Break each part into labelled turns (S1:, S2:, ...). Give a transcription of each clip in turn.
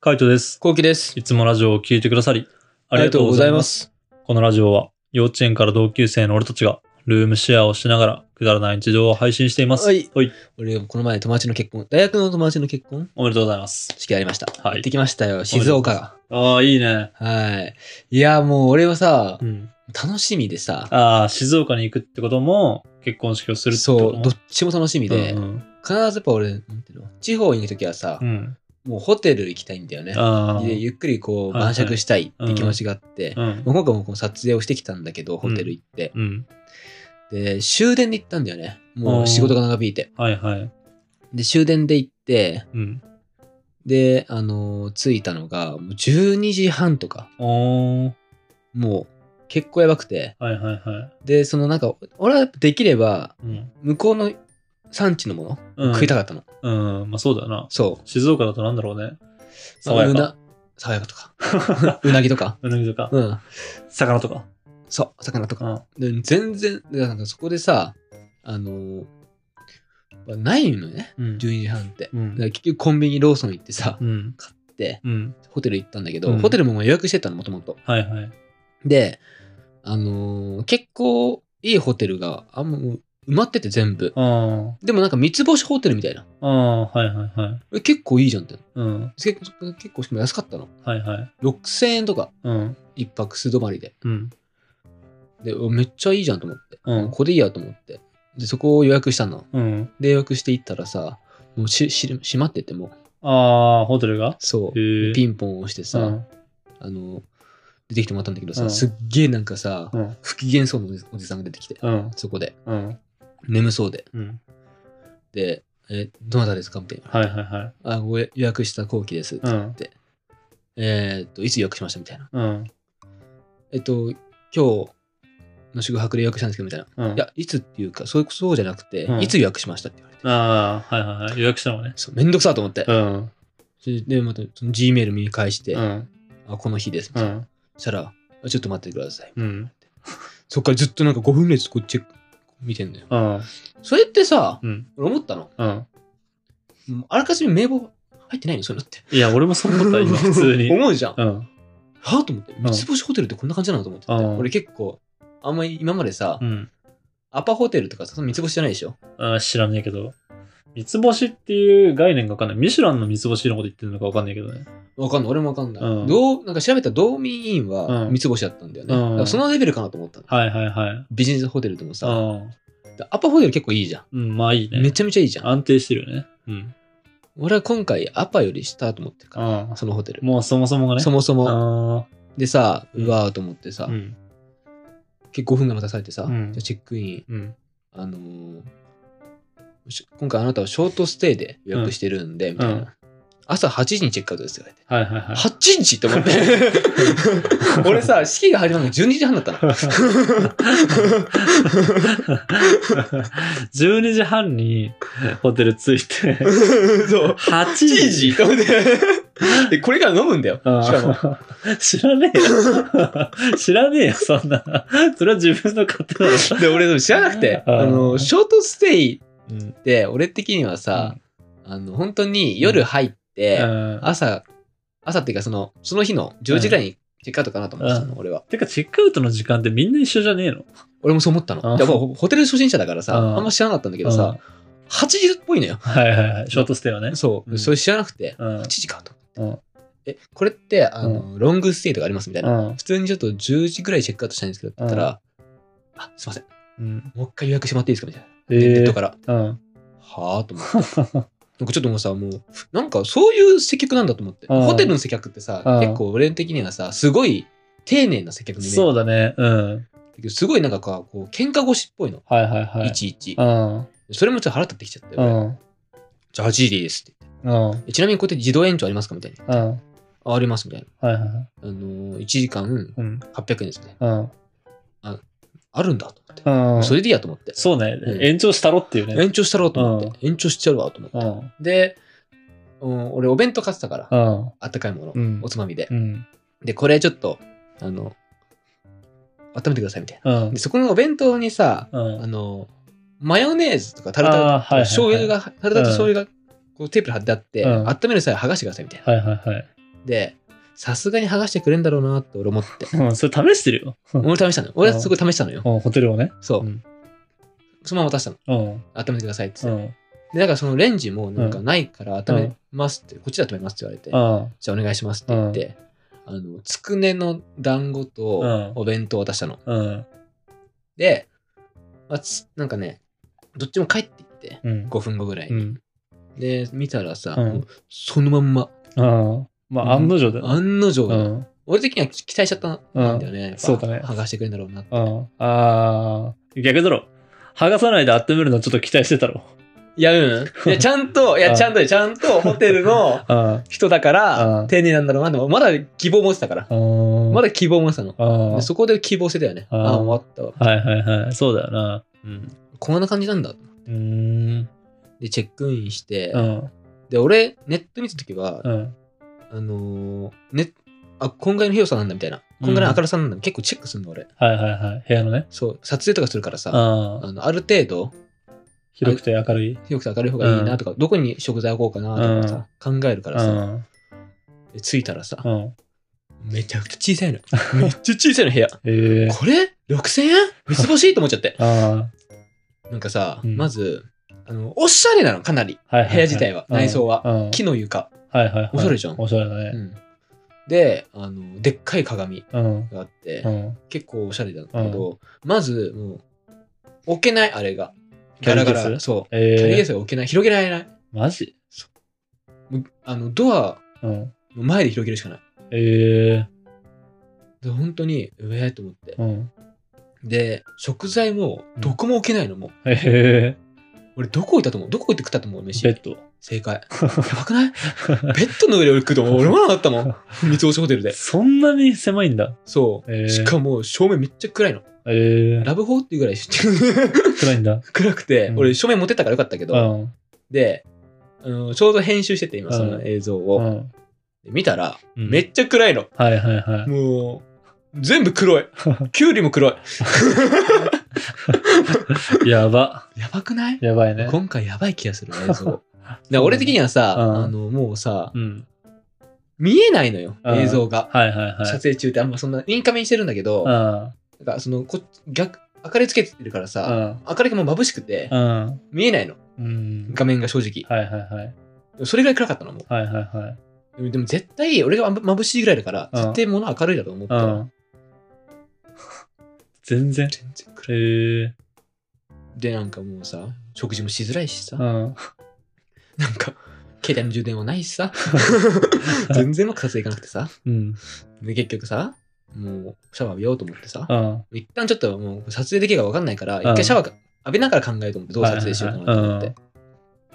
S1: カイトです。
S2: こうきです。
S1: いつもラジオを聴いてくださり、あ
S2: あ
S1: りが
S2: りが
S1: と
S2: と
S1: う
S2: う
S1: ご
S2: ご
S1: ざ
S2: ざ
S1: い
S2: い
S1: ま。
S2: ますす。
S1: このラジオは、幼稚園から同級生の俺たちが、ルームシェアをしながら、くだらない日常を配信しています。
S2: はい
S1: はい。
S2: 俺、この前友達の結婚、大学の友達の結婚
S1: おめでとうございます。
S2: 式ありました。
S1: はい
S2: 行ってきましたよ、静岡が。
S1: ああ、いいね。
S2: はい。いや、もう俺はさ
S1: う、ん。
S2: 楽しみでさ、
S1: ああ、静岡に行くってことも、結婚式をするってこと
S2: そ
S1: も
S2: う、どっちも楽しみで、
S1: うん
S2: 必ずやっぱ俺、なんていうの、地方に行くときはさ
S1: う、ん。
S2: もうホテル行きたいんだよね
S1: うん。。ああ。
S2: で、ゆっくり
S1: は
S2: こう、
S1: いはい
S2: 晩酌したいって気持ちがあって
S1: う、ん。
S2: もう今回もこう撮影をしてきたんだけど、ホテル行って。
S1: うん。
S2: で、終電で行ったんだよね。
S1: あ
S2: も
S1: ー
S2: う仕事が長引いて。
S1: はいはい。
S2: で、終電で行って、
S1: うん。
S2: で、あのー着いたのが、もう12時半とか、
S1: おー。
S2: もう結構やばくて、
S1: はいはいはい。
S2: で、そのなんか、俺はやっぱできれば、
S1: うん。
S2: 向こうの産地のも
S1: うん
S2: の、食いたかったの。
S1: うん。まあそうだよな。
S2: そう。
S1: 静岡だとなんだろうね。爽
S2: う
S1: やか。
S2: な、爽やかとか、うなぎとか、
S1: うなぎとか、
S2: うん、
S1: 魚とか。
S2: そう、魚と
S1: う
S2: か。
S1: ん。
S2: で全然、でなんかそこでさ、あのーまあないのね、
S1: うん
S2: 12時半って。
S1: う
S2: だから
S1: ん。
S2: 結局コンビニローソン行ってさ、
S1: うん。
S2: 買って、
S1: うん。
S2: ホテル行ったんだけど、
S1: うん
S2: ホテルももう予約してたの、もともと。
S1: はいはい。
S2: で、あのー結構いいホテルが、あんまもう埋まってて全部。
S1: あ
S2: でもなんか三つ星ホテルみたいな。
S1: あ。ああー、はいはいはい。
S2: え結構いいじゃんって。
S1: うん。
S2: 結構、結構しかも安かったの。
S1: はいはい。
S2: 6000円とか、
S1: うん。
S2: 一泊素泊まりで。
S1: うん。
S2: で、うわめっちゃいいじゃんと思って。
S1: うん
S2: これでいいやと思って。で、そこを予約したの。
S1: うん。
S2: で、予約して行ったらさ、もうし、し、閉まっててもう、
S1: ああ、ホテルが
S2: そう、
S1: へえ。
S2: ピ
S1: ン
S2: ンポン押してさ、
S1: うん。
S2: あのー、出てきてもらったんだけどさ、
S1: うん
S2: すっげえなんかさ、
S1: うん。
S2: 不機嫌そうなおじおじさんが出てきて、
S1: うん。
S2: そこで、
S1: うん。
S2: 眠そうで。
S1: うん。
S2: で、え、どなたですかみたいな。
S1: はいはいはい。
S2: あ、ご予約した後期です。
S1: うん。
S2: えーっと、いつ予約しましたみたいな。
S1: うん。
S2: えっと、今日の宿泊で予約したんですけど、みたいな。
S1: うん。
S2: いや、いつっていうか、そうそうじゃなくて、
S1: うん
S2: いつ予約しましたって言われて。
S1: ああ、はいはいはい。予約したのね。
S2: そう、めんどくさと思って
S1: う。ん。
S2: それで、また、その G メール見返して、
S1: うん。
S2: あ、この日です。み
S1: う
S2: たいな。
S1: ん。
S2: そしたら、あちょっと待ってください。
S1: うん。
S2: そっからずっとなんか5分列こっち見てんだよ。
S1: うん。
S2: それってさ、
S1: うん。
S2: 俺思ったの。
S1: うん。
S2: もうあらかじめ名簿入ってないのそうい うのって。
S1: いや、俺もそう思った、今、普通に。
S2: 思うじゃん。
S1: うん。
S2: はぁと思って、三つ星ホテルってこんな感じなのと思ってて、
S1: うん
S2: 俺結構、あんまり今までさ、
S1: うん。
S2: アパホテルとかさ、その三つ星じゃないでしょ
S1: あー知らねえけど。三つ星っていう概念がわかんない。ミシュランの三つ星のこと言ってるのかわかんないけどね。
S2: わかんない、俺もわかんない。
S1: うん
S2: どうなんか調べたら、道民委員
S1: う
S2: は
S1: ん
S2: 三つ星だったんだよね。
S1: うん
S2: だからそのレベルかなと思ったの。
S1: はいはいはい。
S2: ビジネスホテルでも
S1: う
S2: さ、
S1: ん。
S2: でアパホテル結構いいじゃ
S1: うん、まあいい
S2: ん。め
S1: ね。
S2: ちゃめちゃいいじゃん。
S1: 安定してるよね。うん。
S2: 俺は今回、アパより下と思ってるから、
S1: ああ
S2: そのホテル。
S1: もうそもそもがね。
S2: そもそも。
S1: あ
S2: でさ、
S1: うん
S2: うわーと思ってさ、
S1: あ。うん。
S2: 結構5分が待たされてさ、
S1: うん
S2: じゃあチェックイン、
S1: うん。
S2: あのーし今回あなたはショートステイで予約してるんで、みたいな。
S1: うん
S2: 朝8時にチェックアウトですよ、って。
S1: はいはい はい。
S2: 8時って思って。俺さ、式が始まるの12時半だったの。
S1: 12時半にホテル着いて、
S2: そう。
S1: 8
S2: 7
S1: 時。
S2: 時と思って。で、これから飲むんだよ。し
S1: あ
S2: かも。
S1: あ 知らねえよ。 知らねえよ、そんな。それは自分の勝手なのさ。
S2: で、俺、知らなくて、
S1: あー
S2: あの、ショートステイ
S1: うん。
S2: って、俺的にはさ、あの、本当に夜入って、
S1: うん
S2: 朝、朝っていうか、その、その日の10時ぐらいにチェックアウトかなと思ってたの、俺は。
S1: てか、チェックアウトの時間ってみんな一緒じゃねえの
S2: 俺もそう思った
S1: あ
S2: の。でもホテル初心者だからさ、
S1: あー
S2: あんま知らなかったんだけど
S1: うん
S2: さ、8時っぽいのよ。
S1: はいはいはい。ショートステイはね。
S2: そうう、
S1: ん
S2: それ知らなくて、
S1: うん
S2: 8時かと思って。え、これって、あの、ロングステイとかありますみたいな。
S1: うん
S2: 普通にちょっと10時ぐらいチェックアウトしたいんですけど、って言ったら、あ、すいません、
S1: うん。
S2: もう一回予約してもらっていいですかみたいな。
S1: え
S2: ネッ
S1: え
S2: トから。
S1: うん。
S2: はぁと思って。なんかちょっともうさ、もう、なんかそういう接客なんだと思って。
S1: うん
S2: ホテルの接客ってさ
S1: うん、
S2: 結構俺的にはさ、すごい丁寧な接客のイメージ
S1: そうだね。うん。
S2: だけどすごいなんかこう、喧嘩腰っぽいの。
S1: はいはいはい
S2: いちいち
S1: う。ん。
S2: それもちょっと腹立ってきちゃって。
S1: う
S2: 俺
S1: ん。
S2: じゃあ8時でいいですって。
S1: うん。
S2: えちなみにこうやって自動延長ありますかみたいな。
S1: うん。はい
S2: あ、ありますみたいな。
S1: はいはい。
S2: あのー、1時間
S1: うん。
S2: 800円ですね。
S1: うん。
S2: あるんだと思って。
S1: うん。
S2: それでいいやと思って。
S1: そうね、
S2: うん
S1: 延長したろっていうね。
S2: 延長したろうと思って。延長しちゃうわと思って。
S1: うん。
S2: で、うん、俺お弁当買ってたか
S1: う、
S2: ら
S1: ん。
S2: あったかいもの、
S1: うん
S2: おつまみで
S1: う。ん。
S2: で、これちょっと、あの、温めてくださいみたいな。
S1: うん
S2: で、。そこのお弁当にさ、
S1: うん
S2: あの、マヨネーズとかタルタル
S1: あーはいはいはい
S2: 醤油が、タルタルと醤油がこうテープで貼ってあって、
S1: うん
S2: 温める際は剥がしてくださいみたいな。
S1: はいはいはい。
S2: で、さすがに剥がしてくれんだろうなって俺 思って。
S1: うんそれ試してるよ。
S2: 俺試したの。俺はすごい試したのよ。
S1: うんホテルをね。
S2: そうう。
S1: ん。
S2: そのまま渡したの。
S1: うん。
S2: 温めてくださいって
S1: う
S2: 言って。
S1: ん。
S2: で、だからそのレンジもなん
S1: う
S2: かないから温めますって、こっちで温めますって言われて、
S1: うん。
S2: じゃあお願いしますって言って、あの、つくねの団子
S1: うん
S2: とお弁当を渡したの。
S1: うん。
S2: で、まあつなんかね、どっちも帰っていって、
S1: うん。
S2: 5分後ぐらいに。
S1: うん。
S2: で、見たらさ、
S1: うん
S2: もうそのまんま、
S1: うん。まあ、
S2: うん
S1: 案の定だよ。
S2: 案の定
S1: う
S2: だ、
S1: ん。
S2: 俺的には期待しちゃったんだよね。やっぱ
S1: そうだね
S2: 剥がしてくれるんだろうなって。
S1: うん。あー、逆だろ。剥がさないで温めるのちょっと期待してたろ。
S2: いや、うん。いや、ちゃんと、い
S1: うん
S2: や、ちゃんとね、ちゃんとホテ ルの
S1: うん。
S2: 人だか
S1: うん
S2: ら、丁寧なんだろうなって、まだ希望持ってたから。
S1: うん
S2: まだ希望持ってたの。
S1: うん
S2: でそこで希望してたよね。
S1: うん
S2: ああ、終わったわ。
S1: はいはいはい。そうだよな。うん。
S2: こんな感じなんだ。
S1: うーん。
S2: で、チェックインして、
S1: うん。
S2: で、俺、ネット見たときは、
S1: うん。
S2: あのー、ね、あ、こんぐらいの広さなんだみたいな。こんぐらいの明るさなんだ。結構チェックするの、俺。
S1: はいはいはい。部屋のね。
S2: そう、撮影とかするからさ、
S1: うん。
S2: あのある程度、
S1: 広くて明るい。
S2: 広くて明るい方がいいなとか、どこに食材置こうかなとかさ、考えるか
S1: う
S2: らさ、
S1: ん。
S2: で着いたらさ、
S1: うん。
S2: めちゃくちゃ小さいの。めっちゃ小さいの部屋。
S1: ええ。
S2: これ ?6000 円三つ星と思っちゃって。
S1: あ
S2: なんかさ、
S1: うん
S2: まず、あの、おしゃれなの、かなり。
S1: あ。
S2: 部屋自体は内装は
S1: うん。
S2: 木の床。
S1: はいはいはい。
S2: おしゃれじゃん
S1: おしゃれだ
S2: う
S1: ね。
S2: んで、あの、でっかい鏡
S1: うん。
S2: があって、
S1: うん。
S2: 結構おしゃれなんだけど、まず、もう、置けない、あれが。ガラガ
S1: キャリーケー
S2: ラ。
S1: ス
S2: そう。キャリーケ
S1: え
S2: ー
S1: え。
S2: スが置けない。広げられない。
S1: マジ
S2: もうあの、ドア
S1: うん。
S2: の前で広げるしかない。
S1: ええ。
S2: で、本当に、うえーと思って。
S1: うん。
S2: で、食材も、どこも置けないのもう。
S1: ええ。
S2: 俺、どこ置いたと思うどこ置いて食ったと思う飯
S1: ベ。ッド。
S2: 正解。やばくないベッドの上で俺食うと思う俺もなかったも ん。三つ星ホテルで。
S1: そんなに狭いんだ。
S2: そう。
S1: えー
S2: しかも、照明めっちゃ暗いの。
S1: ええ。
S2: ラブホっていうぐらい
S1: 暗いんだ。
S2: 暗くて、
S1: うん
S2: 俺、照明持ってったからよかったけ
S1: う
S2: ど、
S1: ん。
S2: で、あのちょうど編集してて、今、その映像
S1: う
S2: を。
S1: ん。
S2: 見たら、
S1: うん
S2: めっちゃ暗いの。
S1: はいはいはい。
S2: もう、全部 黒い。キュウリも黒い。
S1: やば。
S2: やばくない
S1: やばいね。
S2: 今回やばい気がする、 映像。だから俺的にはさ、
S1: うん
S2: あの、もうさ、
S1: うん。
S2: 見えないのよ、
S1: うん
S2: 映像が。
S1: はいはいは
S2: 撮
S1: い。
S2: 影中ってあんまそんな、インカメにしてるんだけ
S1: う
S2: ど、
S1: ん。
S2: なんかそのこ逆明かりつけてるから
S1: う
S2: さ、
S1: ん。
S2: 明かりがもう眩しくて、
S1: うん。
S2: 見えないの
S1: うん。
S2: 画面が正直
S1: はいはいはい。
S2: それぐらい暗かったのもう
S1: はいはいはい。
S2: でもでも絶対俺が眩しいぐらいだから、
S1: うん
S2: 絶対物明るいだと思った
S1: う
S2: ら、
S1: ん。全然。
S2: 全然暗い
S1: へえ。
S2: でなんかもうさ食事もしづらいしさ、
S1: うん。
S2: なんか携帯の充電もない しさ全然うまく撮影いかなくてさ
S1: うん。
S2: で結局さもうシャワー浴びようと思ってさ
S1: うん。
S2: 一旦ちょっともう撮影できるか分かんないから、
S1: ん
S2: 一回シャワー浴びながら考えると思ってどう撮影しようかなと思って、
S1: はい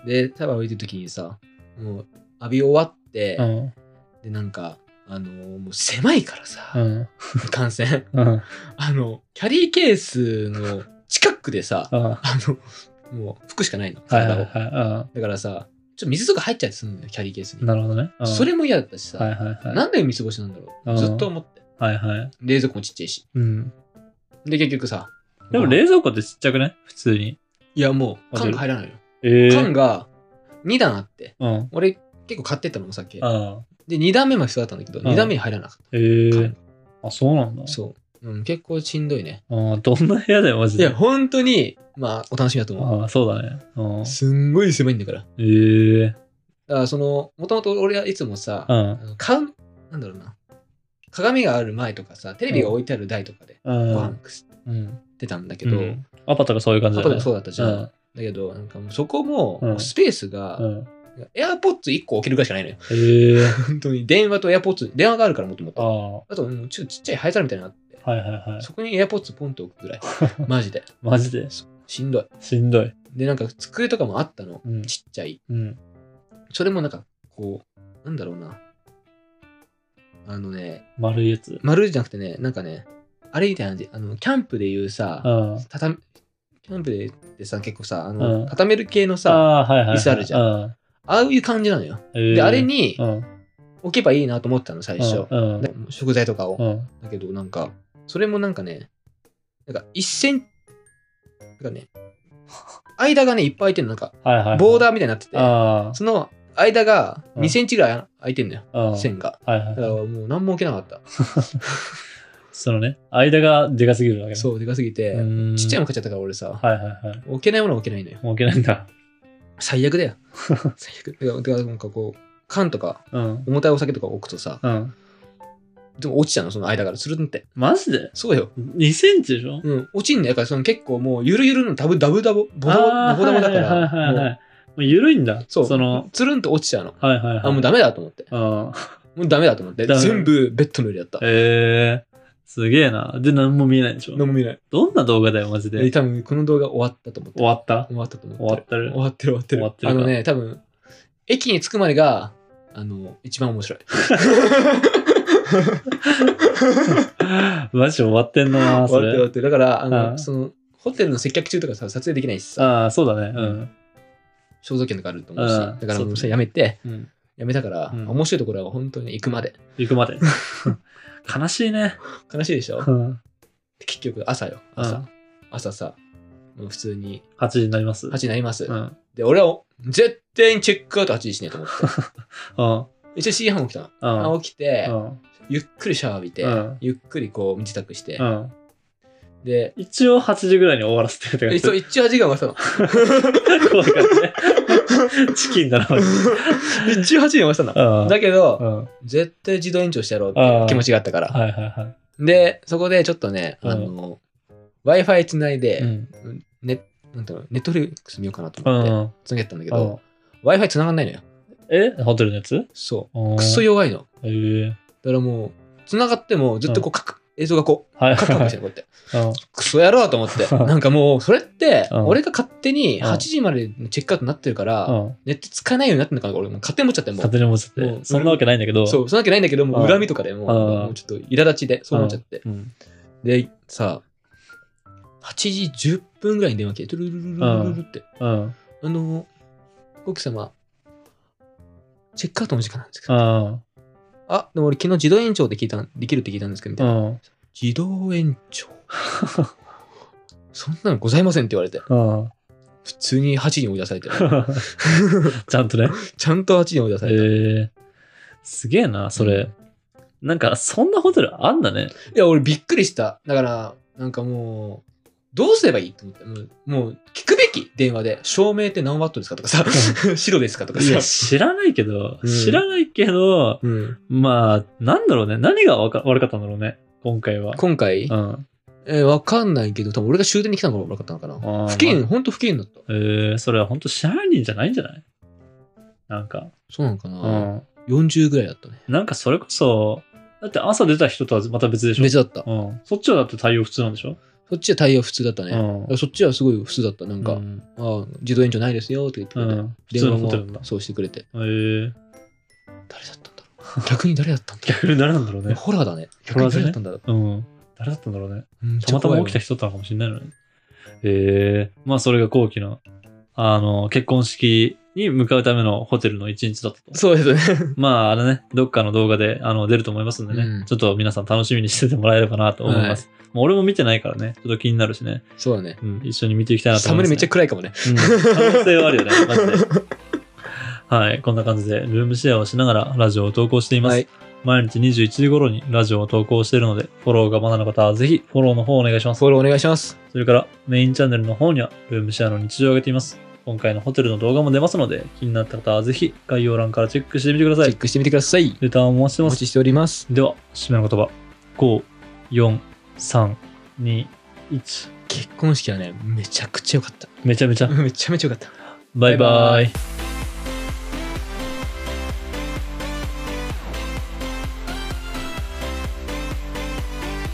S2: でシャワー浴びてる時にさもう浴び終わって、
S1: うん。
S2: でなんかあのーもう狭いからさ、
S1: うん。
S2: 感染
S1: うん。
S2: あのキャリーケースの近くでさ
S1: うん。
S2: あのもう服しかないの
S1: はいは
S2: 体
S1: い
S2: を、
S1: は
S2: だからさちょっと水とか入っちゃってすんのよキャリーケース
S1: い。う
S2: に
S1: ん。、なるほどね。うん
S2: それも嫌だったしさ、
S1: はいはいはい。
S2: なんで三つ星なんだろう、
S1: うん
S2: ずっと思って
S1: はいはい。
S2: 冷蔵庫もちっちゃいし
S1: うん。
S2: で結局さ
S1: でも
S2: まあ
S1: 冷蔵庫ってちっちゃくない普通に。
S2: いやもう
S1: ホテ
S2: 缶
S1: ル
S2: が入らないのよ
S1: ええ。
S2: 缶が2段あって
S1: うん。
S2: 俺結構買ってったのお酒
S1: うん。
S2: で2段目まで座ったんだけど
S1: ん
S2: 2段目に入らなかっ
S1: え
S2: た、
S1: え。あ、そうなんだ。
S2: そう、うん、結構しんどいね
S1: うん。どんな部屋だよ、マジ
S2: い
S1: で。
S2: や本当にまあお楽しみだと思う
S1: ああ、そうだね。うん。
S2: すんごい狭いんだから。だ
S1: ええ。
S2: からその、もともと俺はいつもさ、
S1: うん。
S2: カウン、なんだろうな。鏡がある前とかさ、テレビが置いてある台とかで
S1: う
S2: ご
S1: ん。
S2: 飯食
S1: うん。
S2: ってたんだけ
S1: け
S2: ど、
S1: アパタがそういう感じだ
S2: パパ
S1: よ
S2: でも
S1: ね。
S2: そうだったじゃん。
S1: うん
S2: だけど、なんかもうそこも、
S1: うん
S2: スペースが、
S1: うん。
S2: エアポッツ1個置けるぐらいしかないのよ。
S1: ええ。
S2: 本当に電話とエアポッツ、電話があるからもとも
S1: あ
S2: と。
S1: あ。は
S2: あと、もうちょっとちっちゃい灰皿みたいなのあって、
S1: いはいはい。
S2: そこにエアポッツポンと置くぐらい。 マジで。
S1: マジで
S2: しんどい。
S1: しんどい。
S2: で、なんか机とかもあったの。
S1: うん。
S2: ちっちゃい。
S1: うん。
S2: それもなんか、こう、なんだろうな。あのね、
S1: 丸いやつ。
S2: 丸じゃなくてね、なんかね、あれみたいな感じ、あの、キャンプでいうさ
S1: う、ん。
S2: 畳、キャンプでってさ、結構さ、あの、
S1: うん
S2: 畳める系のさ、
S1: ああー、はいはいはい。
S2: 椅子あるじゃん
S1: うん。
S2: ああいう感じなのよ。
S1: えー
S2: で、あれ、に
S1: うん。
S2: 置けばいいなと思ってたの、最初。
S1: うん。
S2: で食材とかを。
S1: うん。
S2: だけど、なんか、それもなんかね、なんか一センなんかね、間がね、いっぱい空いてるの、なんか、
S1: はいはい。
S2: ボー
S1: ー
S2: ダーみたいになってて、
S1: ああ。
S2: その間が
S1: うん
S2: 2センチぐらい空いてんのよ、
S1: うん。はい
S2: 線が。
S1: は
S2: だ
S1: い
S2: か。らもう何も置けなかった。
S1: そのね、間がでかすぎるわけね。
S2: そう、でかすぎて、
S1: う
S2: ちっちゃい
S1: い
S2: もの買っちゃったから俺さ、
S1: はいはいはい。
S2: 置けないものは置けないのよ。
S1: 儲けないんだ。
S2: 最悪 だよ。最悪。だから、だからなんかこう、缶とか
S1: うん。
S2: 重たいお酒とか置くとさ、
S1: うん。
S2: でも落ちちゃうの、その間から、つるんって。
S1: マジで
S2: そうよ。
S1: 2センチでしょ
S2: うん、落ちんね。だからその結構もう、ゆるゆるのダブダブダボ、ボダボ、
S1: あー
S2: ダボダボだか
S1: はいはいはいはい
S2: ら、
S1: はい。
S2: も
S1: もう緩いんだ。
S2: そう
S1: の
S2: う、つるんと落ちちゃうの。
S1: はいはいはい。
S2: あ、もうダメだと思って。
S1: うん。
S2: もうダメだと思って。
S1: ダメ
S2: 全部ベッドの上でやった。
S1: えー、すげえな。で、何も見えないでしょ
S2: 何も見ない。
S1: どんな動画だよ、マジ
S2: で、
S1: で。
S2: 多分この動画終わったと思って
S1: 終
S2: る。
S1: わった
S2: 終わったと思って
S1: 終わった
S2: る。
S1: る
S2: 終。わってる終わってる。
S1: 終わってるか
S2: あのね、多分、駅に着くまでが、あの、一番面白い。
S1: マジ終わってんな、
S2: 終わ
S1: そ
S2: ってる終
S1: れ。
S2: わってる。だから、あ
S1: う
S2: の、
S1: ん
S2: その、ホテルの接客中とかさ、撮影できないしさ、
S1: ああ、そうだね。うん。
S2: 肖像権とかあると思うし、
S1: うん
S2: だからもう
S1: そうだ
S2: そ
S1: ね
S2: れやめて、
S1: うん、
S2: やめたから、
S1: うん
S2: 面白いところは本当に行くまで。
S1: 行くまで。 悲しいね。
S2: 悲しいでしょ
S1: うん。
S2: 結局朝よ朝、
S1: うん
S2: 朝さもう普通に
S1: 8時になります。
S2: 8時になります、
S1: うん。
S2: で俺はお絶対にチェックアウト8時にしねえと思って
S1: うん。
S2: 一応7時半起きたの、
S1: うん。
S2: あ起きて、
S1: うん
S2: ゆっくりシャワー浴びて、
S1: うん
S2: ゆっくりこう身支度して、
S1: うん。
S2: で
S1: 一応8時ぐらいに終わらせてるって感じ。
S2: えそう一応8時間終わったの
S1: 怖かった ね。チキンだな、マジで。
S2: 一応8時に終わったの
S1: うん。
S2: だけど、
S1: うん。はい
S2: 絶対自動延長してやろうっていう気持ちがあったから、
S1: はいは
S2: でそこでちょっとね、あの w i f i つない
S1: い。う
S2: で、
S1: ん。
S2: ねなんだろうネットフリックス見ようかなと
S1: う
S2: 思って
S1: ん。
S2: つなげてたんだけ
S1: う
S2: ど、
S1: ん
S2: w i f i つながんないのよ
S1: えホテルのやつ
S2: そう
S1: うん
S2: クソ弱いの
S1: ええ。
S2: だからもう、繋がっても、ずっとこう、カク映像がこう、
S1: はい
S2: カク
S1: は
S2: カ
S1: いは
S2: ク
S1: い
S2: してる、こうや
S1: う
S2: って。
S1: ん。
S2: クソ野郎と思って。なんかもう、それって、
S1: うん
S2: 俺が勝手に
S1: うん
S2: 8時までのチェックアウトになってるから、
S1: うん。
S2: ネット使えないようになってるのかな、俺もう勝手に持っちゃって、も
S1: 勝
S2: う。
S1: 手に思っちゃっ
S2: も
S1: て。
S2: う
S1: そんなわけないんだけど。
S2: そう、そんなわけないんだけど、も
S1: う
S2: うん恨みとかでもう、
S1: うん
S2: もうちょっと苛立ちで、そう思っちゃって。
S1: うん。
S2: で、さ、8時10分ぐらいに電話来て、トゥルルルルルルルって、
S1: うん。
S2: あの、コキ様、チェックアウトの時間なんですけ
S1: う
S2: ど、
S1: ん。
S2: あ、でも俺昨日自動延長で聞いたん、できるって聞いたんですけど、みたいな。
S1: うん。
S2: 自動延長そんなのございませんって言われて
S1: うん。
S2: 普通に8時に追い出されて
S1: ちゃんとね。
S2: ちゃんと8時に追い出されて、
S1: ええ。すげえな、それ。なんか、そんなホテルあんだね。
S2: いや俺びっくりしただからなんかもうどうすればいいと思ってもうもう聞くべき電話で照明って何ワットですかとかさ 白ですかとか
S1: い
S2: さ
S1: や、知らないけど、
S2: うん
S1: 知らないけど、
S2: うん、
S1: まあ、なんだろうね。何がわか悪かったんだろうね。今回は。
S2: 今回、
S1: うん。
S2: えーわかんないけど多分俺が終電に来たのが悪かったのかな
S1: あー
S2: 不機嫌
S1: まあ
S2: ほんと不機嫌だった
S1: えー、それは本当知らない人じゃないんじゃないなんか、
S2: そうなのか
S1: う
S2: な、
S1: ん。
S2: 40ぐらいだったね
S1: なんかそれこそ、だって朝出た人とはまた別でしょ。
S2: 別だった
S1: うん。そっちはだって対応普通なんでしょ
S2: そっちは対応普通だった
S1: う
S2: ね、
S1: ん。
S2: そっちはすごい普通だったなんか、
S1: うん
S2: ああ自動延長ないですよって言ってく
S1: う
S2: れて、
S1: ん。普通
S2: 電
S1: の
S2: 話
S1: ホテルなんだ
S2: も。そうしてくれて
S1: えー、
S2: 誰だったんだろう逆に誰だったんだ
S1: 逆に誰なんだろう
S2: ろう
S1: ね。
S2: ホラーだね
S1: ホ
S2: 逆
S1: ラ
S2: に
S1: ーだ
S2: 誰
S1: ね
S2: だったんだろう
S1: うん。誰だったんだろうね。
S2: うん
S1: たまたま起きた
S2: めっち
S1: 人だったのかもしれないのね。えー、まあそれが後期の、あの、結婚式に向かうためのホテルの一日だったと
S2: ゃ。怖いわそう ですね
S1: まあ、あれね、どっかの動画であの出ると思いますんでね、
S2: うん
S1: ちょっと皆さん楽しみにしててもらえればなと思います。もう俺も見てないからね、ちょっと気になるしね、
S2: そうだね
S1: うん、一緒に見ていきたいなと
S2: サ
S1: 思い
S2: ム
S1: ま
S2: ネ
S1: す、
S2: め
S1: ね。
S2: っちゃ暗いかもね
S1: うん可能性はあるよね、マジで。はい、こんな感じで、ルームシェアをしながらラジオを投稿しています。
S2: はい
S1: 毎日21時頃にラジオを投稿しているので、フォローがまだの方はぜひフォローの方をお願いします。
S2: フォローお願いします
S1: それから、メインチャンネルの方には、ルームシェアの日常を上げています。今回のホテルの動画も出ますので、気になった方はぜひ概要欄からチェックしてみてくださ
S2: チェ
S1: い
S2: ッ。クしてみてください
S1: レターを回して
S2: お
S1: ます
S2: 待。ちしております
S1: では、締めの言葉。5、4、3、2、1。
S2: 結婚式はねめちゃくちゃ良かった
S1: めちゃめちゃ。
S2: めちゃめちゃ良かった
S1: バイバイ。